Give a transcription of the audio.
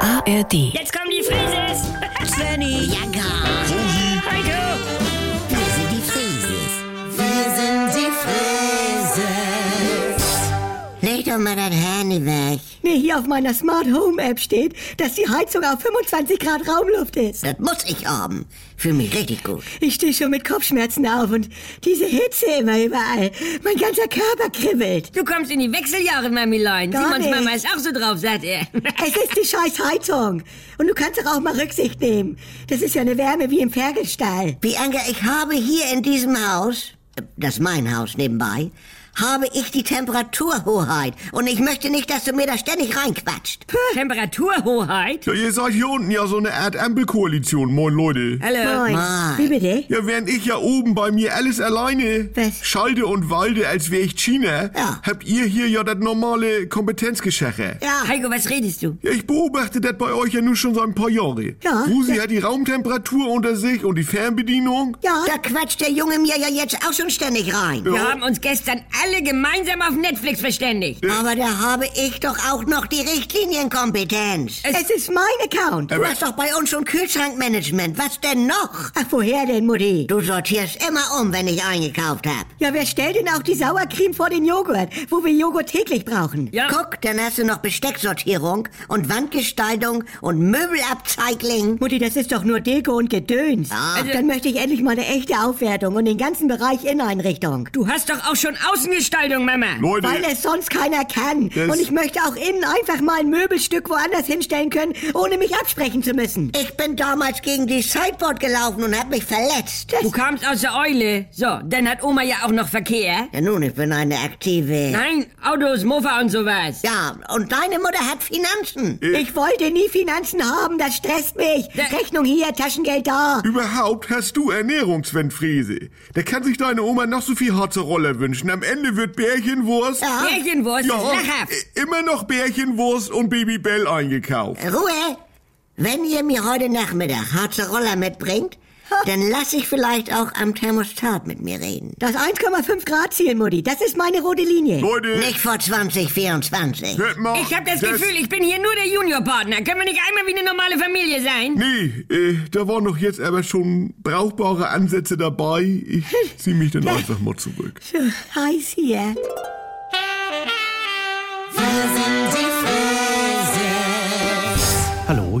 ARD. Jetzt kommen die Frises! Svenny. Ja, gar. Heiko! Wir sind die Frieses. Wir sind die Frieses. Leg doch mal dein Handy weg. Nee, hier auf meiner Smart Home App steht, dass die Heizung auf 25 Grad Raumluft ist. Das muss ich haben. Fühl mich richtig gut. Ich stehe schon mit Kopfschmerzen auf und diese Hitze immer überall. Mein ganzer Körper kribbelt. Du kommst in die Wechseljahre, Mamilein. Gar Simons nicht. Mama ist auch so drauf, sagt er. Es ist die scheiß Heizung. Und du kannst doch auch mal Rücksicht nehmen. Das ist ja eine Wärme wie im Ferkelstall. Bianca, ich habe hier in diesem Haus, äh, das ist mein Haus nebenbei, habe ich die Temperaturhoheit. Und ich möchte nicht, dass du mir da ständig reinquatscht. Temperaturhoheit? Ja, ihr seid hier unten ja so eine Erd-Ampel-Koalition. Moin, Leute. Hallo. Moin. Mann. Wie bitte? Ja, während ich ja oben bei mir alles alleine Was? schalte und walde, als wäre ich China, Ja. habt ihr hier ja das normale Kompetenzgeschächer. Ja. Heiko, was redest du? Ja, ich beobachte das bei euch ja nun schon seit ein paar Jahren. Ja. Rosi Ja. hat die Raumtemperatur unter sich und die Fernbedienung. Ja, Da quatscht der Junge mir ja jetzt auch schon ständig rein. Wir haben uns gestern alle gemeinsam auf Netflix verständigt. Aber da habe ich doch auch noch die Richtlinienkompetenz. es ist mein Account. Du hast doch bei uns schon Kühlschrankmanagement. Was denn noch? Ach, woher denn, Mutti? Du sortierst immer um, wenn ich eingekauft hab. Ja, wer stellt denn auch die Sauercreme vor den Joghurt, wo wir Joghurt täglich brauchen? Ja. Guck, dann hast du noch Bestecksortierung und Wandgestaltung und Möbelabzeigling. Mutti, das ist doch nur Deko und Gedöns. Ah. Also- Dann möchte ich endlich mal eine echte Aufwertung und den ganzen Bereich Inneneinrichtung. Du hast doch auch schon Außengestaltung, Mama. Leute, Weil es sonst keiner kann. Das- Und ich möchte auch innen einfach mal ein Möbelstück woanders hinstellen können, ohne mich absprechen zu müssen. Ich bin damals gegen die Sideboard gelaufen und hab mich verletzt. Du kamst aus der Eule. So, dann hat Oma ja auch noch Verkehr. Ja nun, ich bin eine aktive. Nein, Autos, Mofa und sowas. Ja, und deine Mutter hat Finanzen. Ich wollte nie Finanzen haben, das stresst mich. Ja. Rechnung hier, Taschengeld da. überhaupt hast du Ernährungswendfriese. Da kann sich deine Oma noch so viel harzer Roller wünschen. Am Ende wird Bärchenwurst... Ja. Märchenwurst ist lachhaft. i- immer noch Bärchenwurst und Babybell eingekauft. Ruhe! Wenn ihr mir heute Nachmittag harze Roller mitbringt, dann lass ich vielleicht auch am Thermostat mit mir reden. Das 1,5 Grad Ziel, Mutti, das ist meine rote Linie. Leute, Nicht vor 2024. hört mal... Ich habe das, Gefühl, ich bin hier nur der Juniorpartner. Können wir nicht einmal wie eine normale Familie sein? Nee, äh, da waren doch jetzt aber schon brauchbare Ansätze dabei. Ich zieh mich dann einfach mal zurück. Heiß hier. Hallo,